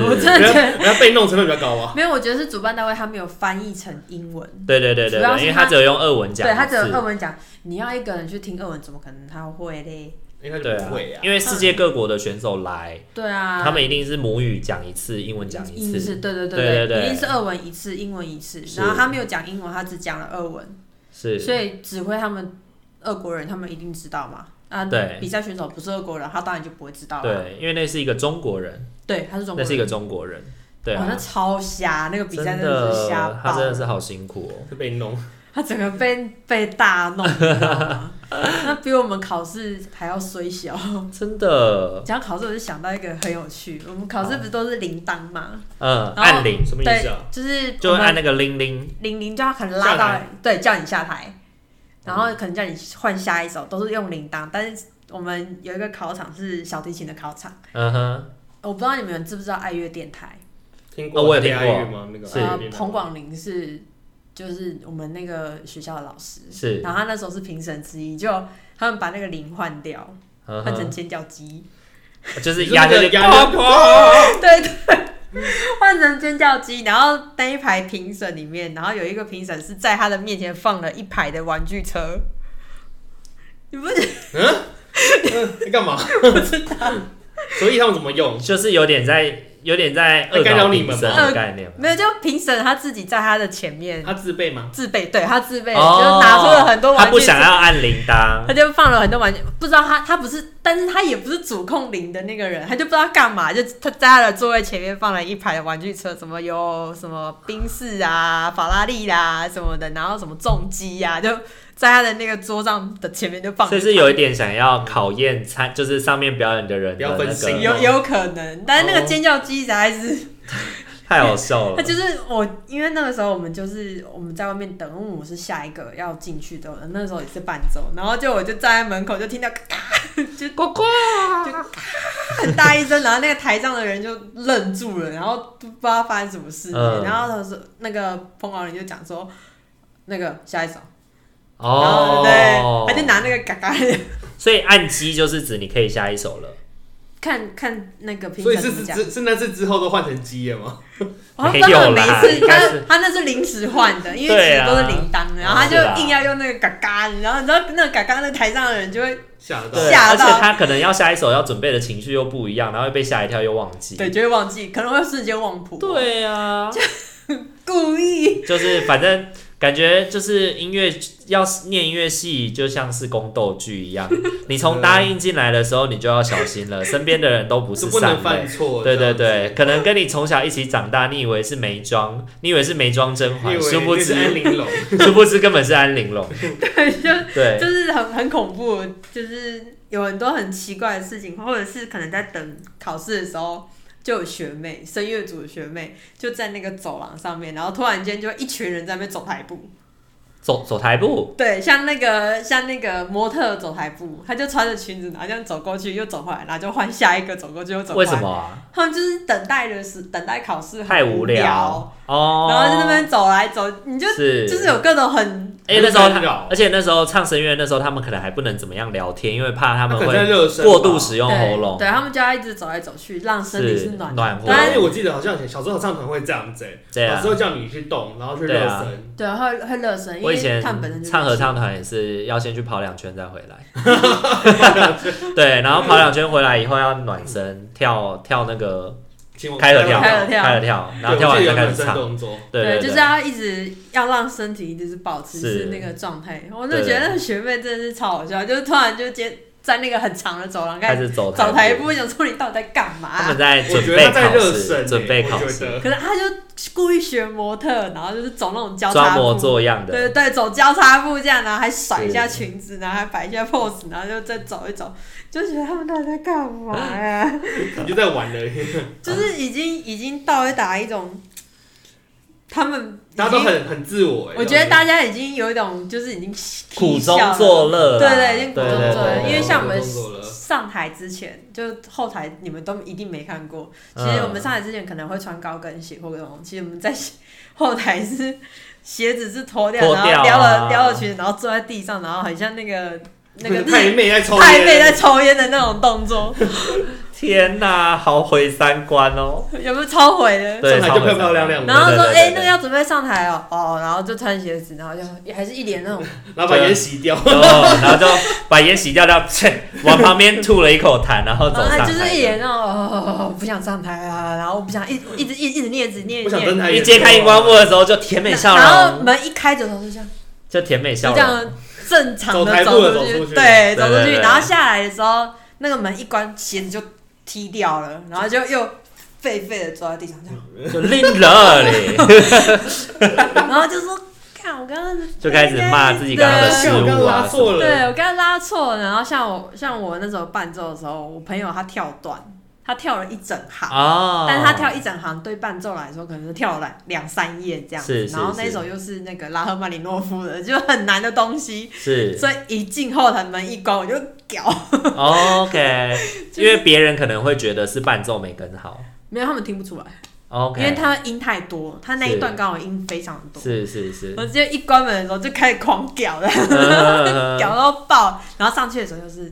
A: [LAUGHS] 我真的
B: 人
A: 觉
B: 家
A: 得
B: 人家被弄成分比较高啊，
A: 没有，我觉得是主办单位他没有翻译成英文，
C: 对对对对
A: 主要
C: 对，
A: 是
C: 因为
A: 他
C: 他只有用俄文讲一
A: 对
C: 次，
A: 他只有俄文讲，你要一个人去听俄文，怎么可能他会嘞？
B: 因为他
C: 对
B: 就不会啊，
C: 因为世界各国的选手来，
A: 对啊，
C: 他们一定是母语讲一次，英文讲
A: 英文
C: 一次，
A: 是对对
C: 对对
A: 对
C: 对
A: 一定是俄文一次，英文一次，
C: 是
A: 然后他没有讲英文，他只讲了俄文，
C: 是
A: 所以指挥他们俄国人，他们一定知道嘛。啊，
C: 对
A: 比赛选手不是俄国人，他当然就不会知道了。
C: 对，因为那是一个中国人，
A: 对，他是中国
C: 那
A: 人，哦
C: 是一个中国人，对
A: 哇，那
C: 啊，
A: 超瞎，那个比赛
C: 真
A: 真的是瞎
C: 的，他
A: 爆
C: 真，的是好辛苦哦。
B: 是被弄，
A: 他整个被被大弄，你知道吗
C: [LAUGHS]
A: 那比我们考试还要衰小。
C: 哦真的，
A: 讲到考试，我就想到一个很有趣，我们考试不是都是铃铛吗？
C: 嗯，
A: 然后
C: 按铃
B: 什么意
A: 对
B: 思啊？，
A: 就是
C: 就
A: 我
C: 会
A: 们
C: 按那个铃铃，
A: 铃铃，叫他可能拉
B: 下
A: 到
B: 台
A: 对，叫你下
C: 嗯
A: 台，然后可能叫你换下一首，都是用铃铛。但是我们有一个考场是小提琴的考场，
C: 嗯哼，
A: 我不知道你们知不知道爱乐电台，
B: 听
C: 哦
B: 过
C: 我有听过
B: 台语吗？那个
C: 是
A: 呃，彭广林是就是我们那个学校的老师，
C: 是，
A: 然后他那时候是评审之一，就他们把那个铃换掉，
C: 嗯
A: 换成
C: 哼，
A: 尖叫鸡， [LAUGHS]
C: 就是
B: 压
C: 压
B: 着
C: 着
B: 压 [LAUGHS]
C: 就
B: 着，
A: 对对，换成尖叫鸡。然后那一排评审里面，然后有一个评审是在他的面前放了一排的玩具车，你不觉得
B: 嗯你干嘛？所以他们怎么用？
C: 就是有点在有点在恶
B: 干
C: 搞
B: 扰你
C: 评
B: 们
C: 审
A: 吧
C: 的概念吧。
A: 没有？就评审他自己在他的前面
B: 他自备吗？
A: 自备，对他自备，
C: 哦
A: 就拿出了很多玩具，
C: 他不想要按铃铛
A: 他，就放了很多玩具，不知道他他不是，但是他也不是主控零的那个人，他就不知道干嘛，就他在他的座位前面放了一排的玩具车，什么有什么宾士啊、法拉利啦、什么的，然后什么重机呀、就在他的那个桌上的前面就放一排，
C: 所以是有一点想要考验参，就是上面表演的人的
B: 不要分心
C: 那
A: 有
C: 个，
A: 有可能，但是
C: 哦
A: 那个尖叫机实在是。
C: 太好笑了
A: 他。就是我，因为那个时候我们就是我们在外面等，因为我是下一个要进去的人，那时候也是伴奏，然后就我就站在门口就听到咔咔，就呱呱，就咔很大一声，然后那个台上的人就愣住了，然后不知道发生什么事，
C: 嗯
A: 然后他说那个彭老人就讲说。那个下一首，然后、
C: 哦，
A: 对，他就拿那个嘎嘎，
C: 所以按机就是指你可以下一首了。
A: 看看那个评
B: 所以
A: 审
B: 是
A: 怎么
B: 是
A: 讲。
B: 是是那次之后都换成鸡了吗？
A: 我
C: 没
A: 根
C: 有
A: 本没
C: 啦
A: 事，
C: 应
A: 哦他
C: 该是
A: 他那是临时换的，因为其
C: 对
A: 实
C: 啊
A: 都是铃铛，然后他
C: 是啦
A: 就硬要用那个嘎嘎，然后你知道那个嘎嘎，那台上的人就会
B: 吓到
A: 对
C: 对，啊
A: 吓
C: 而且
A: 到
C: 他可能要下一首要准备的情绪又不一样，然后又被吓一跳又忘记。
A: 对，就会忘记，可能会瞬间忘谱，，哦
C: 对啊，
A: [LAUGHS] 故意
C: 就是反正感觉就是音乐要念音乐系，就像是宫斗剧一样，你从答应进来的时候你就要小
A: [LAUGHS]
C: 心了，身边的人都不
B: 是
C: 是
B: 不能
C: 善
B: 犯
C: 类。
B: 错。
C: 对对
B: 这样
C: 对，可能跟你从小一起长大，你以为是眉庄，你以为是眉庄甄
B: 子，你以
C: 嬛，
B: 为
C: 殊不
B: 那是安
C: 知，
B: 玲珑，
C: [LAUGHS] 殊不知根本是安陵容。
A: [LAUGHS] 对，就
C: 对，
A: 就是很很恐怖，就是有很多很奇怪的事情，或者是可能在等考试的时候。就有学妹，声乐组的学妹就在那个走廊上面，然后突然间就一群人在那边走台步，
C: 走走台步，
A: 对，像那个像那个模特走台步，她就穿着裙子，然后这样走过去，又走回来，然后就换下一个走过去又走回
C: 为
A: 来。
C: 什么啊？
A: 他们就是等待的时，等待考试很
C: 太无
A: 聊，
C: 聊哦。
A: 然后在那边走来走，你就就是有各种很
C: 哎、那时候
B: 很干
C: 他
B: 扰，
C: 而且那时候唱声乐，那时候他们可能还不能怎么样聊天，因为怕他
B: 他
C: 们
B: [LAUGHS] 可能在
C: 会
B: 热身吧
C: [LAUGHS] 过度使用
A: 对
C: 喉咙。
A: 对他们就要一直走来走去，让身体
C: 是
A: 是暖
C: 暖
A: 和
C: 和
B: 对啊，因为
A: 对
B: 我记得好像以前小时候上团会这样子、欸，
C: 对
B: 老
C: 啊
B: 师，会叫你去动，然后去热
C: 对
B: 身，
C: 啊
A: 对，会会热身，因
C: 我以
A: 为
C: 前
A: 他们本身就是
C: 唱合唱团也是要先去跑两圈再回
B: [LAUGHS]
C: 来，对，然后跑两圈回来以后要暖身，跳跳那个
B: 请我
C: 开合跳，
A: 开合跳
C: 开合跳，
B: 对
C: 然后跳完
B: 我记得
C: 再
B: 有
C: 开
B: 暖
C: 始
B: 身
C: 唱，
B: 动作，
C: 对对，
A: 就是要一直要让身体一直是保持
C: 是
A: 是那个状态。我就
C: 对
A: 觉得那个学妹真的是超好笑，就是突然就接在那个很长的走廊开
C: 开
A: 始
C: 始走
A: 找台
C: 台
A: 步，，想说你到底在干嘛、
C: 他们在
B: 我
C: 准
B: 觉得
C: 备
B: 他在
C: 考
B: 热
C: 试，
B: 身、欸，
C: 准备考
B: 我觉
C: 试，
B: 得
A: 可是他就故意学模特，然后就是走那种交
C: 装
A: 叉
C: 模
A: 步，
C: 作样
A: 对
C: 的，嗯
A: 对，走交叉步这样，然后还甩一下裙子，然后还摆一下 pose，然后就再走一走，就觉得他们到底在干嘛
C: 嗯
A: 呀？
B: 你就在玩
A: [LAUGHS]
B: 了，
A: 就是已经已经到达一种，他们已经
B: 大家都，很很自我、欸，
A: 我觉得大家已经有一种就是已经
C: 苦中
A: 笑了
C: 作乐啦，
A: 对对，已经苦中
C: 对对
A: 作乐，
C: 对
A: 因为像我们
B: 苦中作乐
A: 上台之前，就是后台你们都一定没看过。其
C: 嗯
A: 实我们上台之前可能会穿高跟鞋或者什么，其实我们在后台是鞋子是脱掉，
C: 脱
A: 然后
C: 掉啊
A: 撩了撩了裙子，然后坐在地上，然后很像那个那个
B: 太
A: 日
B: 妹在抽烟，
A: 太妹在抽烟的那种动作， [LAUGHS]
C: 天哪，好毁三观哦！
A: 有没有超毁的？
C: 对，
B: 上台就漂漂亮亮
A: 然后说，
C: 对对对
A: 哎、
C: 对
A: 那个要准备上台哦，哦，然后就穿鞋子，然后就还是一脸那种，
B: 然后把烟洗掉，
C: 哦，然后就把烟洗掉，掉，切，往旁边吐了一口痰，然后
A: 然
C: 走
A: 后
C: 上
A: 他
C: 台。
A: 啊就是一脸那种，哦，不想上台啊，然后不想一一直一一直念，一直念，一
B: 不
A: 直
B: 想睁
A: 念。
B: 开眼，
C: 一揭开荧光幕的时候，就甜美哎笑
A: 然后
C: 容，
A: 门一开着，就这样，
C: 就甜美
A: 就
C: 笑
A: 这
C: 容。
A: 样正常
B: 走
A: 的
B: 台步的
A: 出
B: 走出去
A: 对，走出
C: 对对
A: 去，
C: 对
A: 然后下来的时候，那个门一关，鞋子就踢掉了，然后就又废废的坐在地上这样，
C: 就拎
A: [LAUGHS]
C: 了嘞， [LAUGHS]
A: 然后就说：“看，我刚刚
C: 就开始骂自己刚刚的
B: [LAUGHS]
C: 失
B: 干我刚刚
C: 误啊
B: 拉
C: 什么
B: 错
C: 的。
A: 对
B: 了，
A: 我刚刚拉错。”然后像我像我那时候伴奏的时候，我朋友他跳段，他跳了一整行。
C: 哦，
A: 但是他跳一整行，对伴奏来说可能是跳了两三页这样子，
C: 是是
A: 然后那
C: 是
A: 首又是那个拉赫曼尼诺夫的，就很难的东西，
C: 是
A: [LAUGHS] 所以一进后台门一关我就屌，
C: 哦 OK，因为别人可能会觉得是伴奏没跟好
A: 没有，他们听不出来，
C: ，OK，
A: 因为他音太多，他那一段刚好音非常多。
C: 是
A: [LAUGHS]
C: 是是 [LAUGHS]
A: 我，直接一关 [LAUGHS]
C: 嗯
A: 门的时候就开始狂屌了，屌到爆，然后上去的时候就是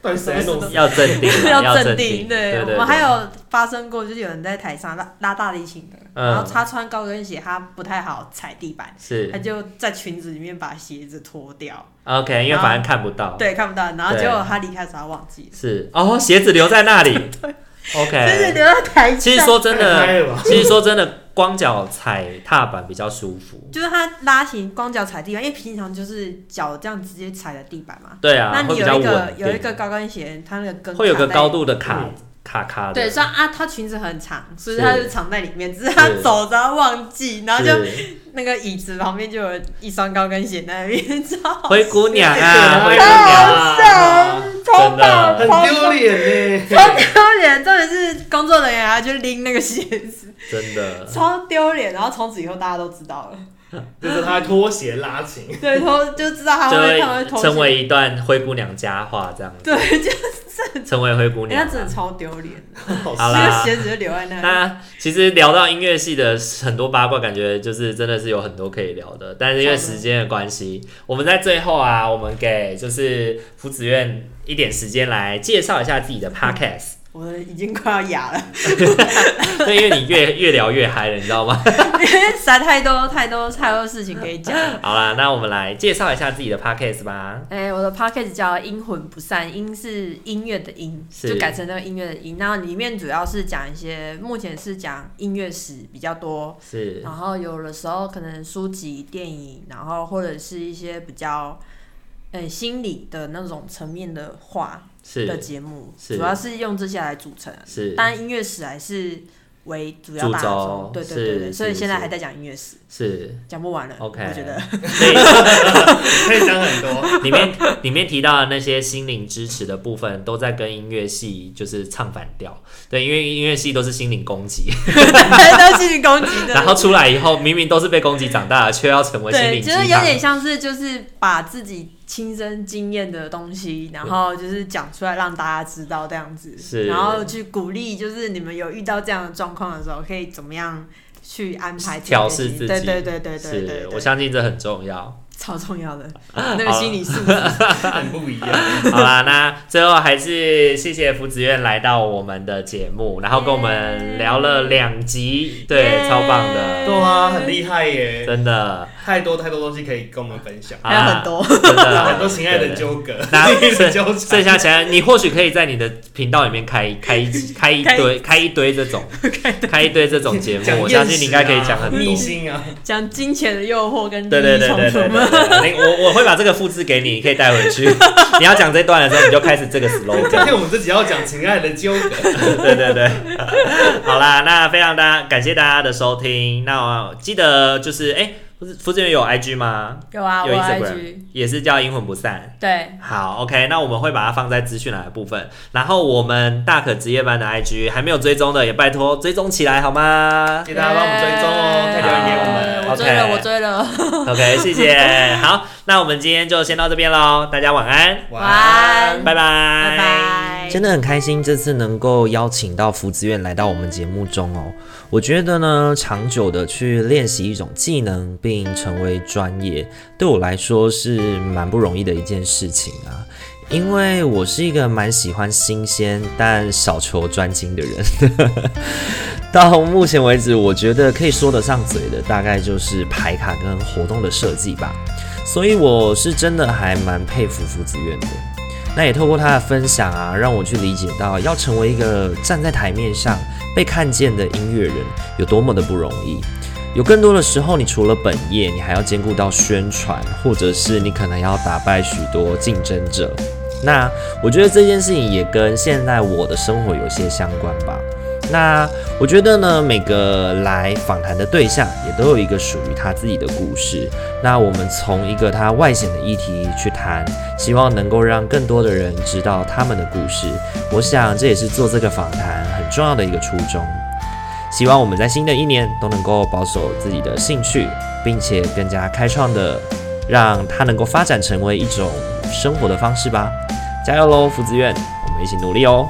B: 到底谁在弄 [LAUGHS] 死？
C: 要镇定啊，
A: [LAUGHS] 要
C: 镇
A: 镇
C: 定。
A: 对
C: 对对，
A: 我们还有发生过，就是有人在台上拉拉大提琴的，然后
C: 嗯，
A: 他穿高跟鞋，他不太好踩地板，他
C: 是
A: 就在裙子里面把鞋子脱掉，
C: OK，因为反正看不到。
A: 对，看不到，然后
C: 对
A: 结果他离开的时候他忘记了，
C: 是哦，鞋子留在
A: [LAUGHS]
C: 那里。
A: 就是
C: OK，
A: 留在台上。
C: 哎其实说
B: [LAUGHS]
C: 真
B: 太嗨
C: 的，
B: 了吧
C: 其实说真的，光脚踩踏板比较舒服。
A: 就是他拉琴光脚踩地板，因为平常就是脚这样直接踩着地板嘛。
C: 对
A: 那
C: 啊，会
A: 你
C: 比较
A: 有一个
C: 稳
A: 有一
C: 定，
A: 个高跟鞋，它那个跟
C: 会有个
A: 卡在
C: 高度的卡卡卡的。
A: 对，虽然啊，她裙子很长，所以她
C: 是
A: 就藏在里面，只是她
C: 是
A: 走着她忘记，然后就是那个椅子旁边就有一双高跟鞋在那边，超好
C: 灰姑娘
A: 哦
B: [LAUGHS] 啊
C: 啊，
B: 灰
C: 灰
B: 姑
C: 姑娘
B: 娘
C: 啊，
A: 超棒
B: 很丢脸欸呢。
A: 超丢脸，重点是工作人员还去拎那个鞋
C: [LAUGHS]
A: 子，
C: 真的
A: 超丢脸。然后从此以后大家都知道了，
B: 就是他拖鞋拉琴，
A: 对，偷就知道他
C: 就
A: 会他会偷
C: 会
A: 鞋
C: 成，为一段灰姑娘佳话这样子，
A: 对，就
C: 成为灰姑
A: 人家
C: 娘。啊
A: 真的超丢脸，
B: 好
A: 那
C: 好啦
A: 个鞋子就留在那里。
C: 那其实聊到音乐系的很多八卦，感觉就是真的是有很多可以聊的，但是因为时间的关系，我们在最后啊，我们给就是福子苑一点时间来介绍一下自己的 podcast，、
A: 我已经快要哑了，
C: 对，因为你越越聊越嗨了，你知道吗？
A: [LAUGHS] 因为实在太多太多太多事情可以讲。
C: 好啦，那我们来介绍一下自己的 podcast 吧。
A: [LAUGHS] 哎、我的 p o c k e t 叫“阴魂不散”，音是音乐的音，
C: 是
A: 就改成那个音乐的音。然后里面主要是讲一些，目前是讲音乐史比较多，
C: 是
A: 然后有的时候可能书籍、电影，然后或者是一些比较，呃，心理的那种层面的话的
C: 是
A: 节目，
C: 是
A: 主要是用这些来组成。
C: 是
A: 当然，音乐史还是为主要大
C: 主轴
A: 宗，对对对
C: 是
A: 对，所以
C: 是
A: 现在
C: 是
A: 还在讲音乐史，
C: 是，
A: 讲不完了。
C: OK
A: 我觉得 [LAUGHS]
C: 所以
B: 可以讲很多。 [LAUGHS]
C: 里面里面提到的那些心灵支持的部分，都在跟音乐系就是唱反调。对，因为音乐系都是心灵攻击，
A: 都是攻击的。
C: [LAUGHS] [LAUGHS] 然后出来以后明明都是被攻击长大的，却要成为心
A: 对，
C: 灵
A: 就
C: 鸡
A: 是有
C: 汤。
A: 点像是就是把自己亲身经验的东西，然后就是讲出来让大家知道这样子，
C: 是
A: 然后去鼓励，就是你们有遇到这样的状况的时候，可以怎么样去安排自己的
C: 调试
A: 心
C: 自己
A: 对对对对对对
C: 是，我
A: 对，
C: 相信这很重要。
A: 超重要
C: [LAUGHS]
A: 的那个心理素质。
B: 很不一样。
C: 好啦，那最后还是谢谢福子苑来到我们的节目，然后跟我们聊了两集，对，
A: 耶
C: 超棒的，
B: 对啊，很厉害耶，
C: 真的，
B: 太多太多东西可以跟我们分享，
A: 还有很多
C: 啊真
A: [LAUGHS]
C: 的
B: 很多情爱的
C: 对
B: 纠葛，
C: 那
B: 利益的纠缠。
C: 剩下钱，你或许可以在你的频道里面开开一集开一堆开一堆这种开一堆这种节
B: 讲
C: 目，我相信
B: 厌食
C: 你应该可以
B: 啊
C: 讲很多。
B: 逆心啊， [LAUGHS]
A: 讲金钱的诱惑跟利
C: 对对
A: 益
C: 对
A: 冲
C: 对对对
A: 突吗？
C: 对，你我我会把这个复制给你，你可以带回去。你要讲这段的时候，你就开始这个 slogan
B: 今。天我们自己要讲情爱的纠葛，
C: 对对对，好啦，那非常大感谢大家的收听。那我记得就是，哎、福福志远有 IG 吗？
A: 有啊，
C: 有
A: 我
C: Instagram，
A: IG
C: 也是叫阴魂不散。
A: 对，
C: 好，OK，那我们会把它放在资讯栏的部分。然后我们大可职业班的 IG 还没有追踪的，也拜托追踪起来好
A: [LAUGHS]
C: 吗
B: 给大家帮我们追踪哦，可以留言给我们。
A: 我
C: OK
A: 追了，我追了，
C: ？OK，谢谢。好，那我们今天就先到这边喽，大家晚安，
B: 晚
A: 晚安，
C: 拜拜，
A: 拜
C: 拜
A: 拜。
C: 真的很开心，这次能够邀请到福子苑来到我们节目中哦。我觉得呢，长久的去练习一种技能并成为专业，对我来说是蛮不容易的一件事情啊。因为我是一个蛮喜欢新鲜但少求专精的人， [LAUGHS] 到目前为止，我觉得可以说得上嘴的大概就是牌卡跟活动的设计吧。所以我是真的还蛮佩服福子苑的。那也透过他的分享啊，让我去理解到要成为一个站在台面上被看见的音乐人有多么的不容易。有更多的时候，你除了本业，你还要兼顾到宣传，或者是你可能要打败许多竞争者。那我觉得这件事情也跟现在我的生活有些相关吧。那我觉得呢，每个来访谈的对象也都有一个属于他自己的故事。那我们从一个他外显的议题去谈，希望能够让更多的人知道他们的故事。我想这也是做这个访谈很重要的一个初衷。希望我们在新的一年都能够保守自己的兴趣，并且更加开创的，让它能够发展成为一种生活的方式吧。加油喽，福子苑，我们一起努力哦！